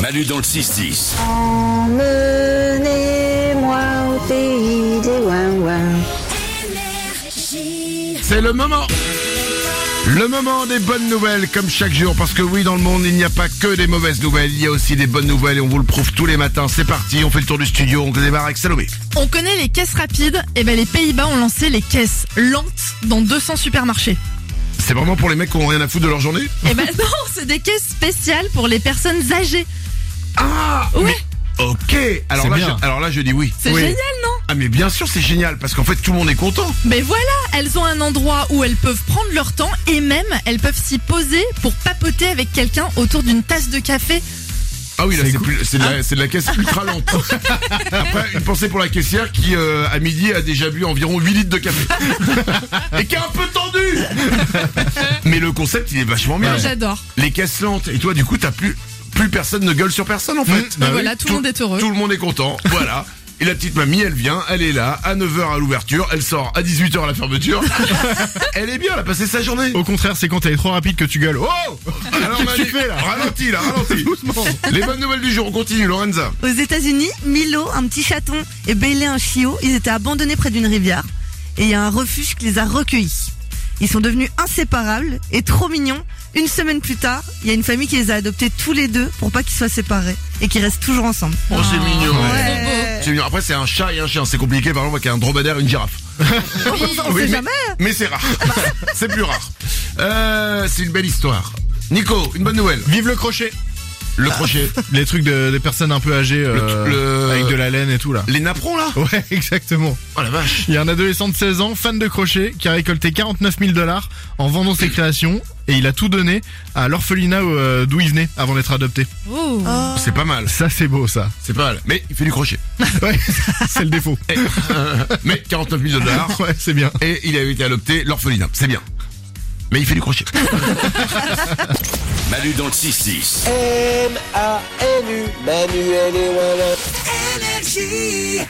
Manu dans le 6-10. Emmenez-moi au pays des ouin-ouin. C'est le moment le moment des bonnes nouvelles, comme chaque jour, parce que oui, dans le monde, il n'y a pas que des mauvaises nouvelles, il y a aussi des bonnes nouvelles et on vous le prouve tous les matins. C'est parti, on fait le tour du studio, on démarre avec Salomé. On connaît les caisses rapides, et ben les Pays-Bas ont lancé les caisses lentes dans 200 supermarchés. C'est vraiment pour les mecs qui ont rien à foutre de leur journée Et ben non, c'est des caisses spéciales pour les personnes âgées. Ah Ouais, Ok alors C'est là, bien. je, alors là, je dis oui. c'est Oui. génial, non Ah mais bien sûr, c'est génial, parce qu'en fait, tout le monde est content. Mais voilà, elles ont un endroit où elles peuvent prendre leur temps et même elles peuvent s'y poser pour papoter avec quelqu'un autour d'une tasse de café. Ah oui, là, c'est plus- c'est de, la- c'est de la caisse ultra lente. Après, une pensée pour la caissière qui, euh, à midi, a déjà bu environ 8 litres de café. et qui est un peu tendue Mais le concept, il est vachement bien. Moi, J'adore. les caisses lentes. Et toi, du coup, t'as plus, plus personne ne gueule sur personne, en fait. Bah voilà, tout le monde est heureux. Tout le monde est content. Voilà. Et la petite mamie, elle vient, elle est là, à 9h à l'ouverture, elle sort à 18h à la fermeture. elle est bien, elle a passé sa journée. Au contraire, c'est quand t'es trop rapide que tu gueules. Oh Alors, Manu, ralentis, là, ralentis. Les bonnes nouvelles du jour, on continue, Lorenza. Oh, Aux États-Unis, Milo, un petit chaton, et Bailey, un chiot, ils étaient abandonnés près d'une rivière. Et il y a un refuge qui les a recueillis. Ils sont devenus inséparables et trop mignons. Une semaine plus tard, il y a une famille qui les a adoptés tous les deux pour pas qu'ils soient séparés et qu'ils restent toujours ensemble. Oh, c'est mignon. Ouais. C'est mignon. Après, c'est un chat et un chien, c'est compliqué. Par exemple, qu'il y a un dromadaire et une girafe. On Oui, sait mais- jamais. Mais c'est rare. c'est plus rare. Euh, c'est une belle histoire. Nico, une bonne nouvelle. Vive le crochet Ah. Le crochet. Les trucs de, des personnes un peu âgées, euh, le- avec de la laine et tout là. Les napperons, là Ouais, exactement. Oh la vache. Il y a un adolescent de 16 ans, fan de crochet, qui a récolté 49 000 dollars en vendant ses créations et il a tout donné à l'orphelinat où, euh, d'où il venait avant d'être adopté. Oh. C'est pas mal, Ça, c'est beau ça. c'est pas mal. Mais il fait du crochet. Ouais, c'est le défaut. Mais 49 000 dollars. Ouais, c'est bien. Et il avait été adopté l'orphelinat. C'est bien. Mais il fait du crochet. Manu dans le 6-10. M-A-N-U, Manuel et Wallon.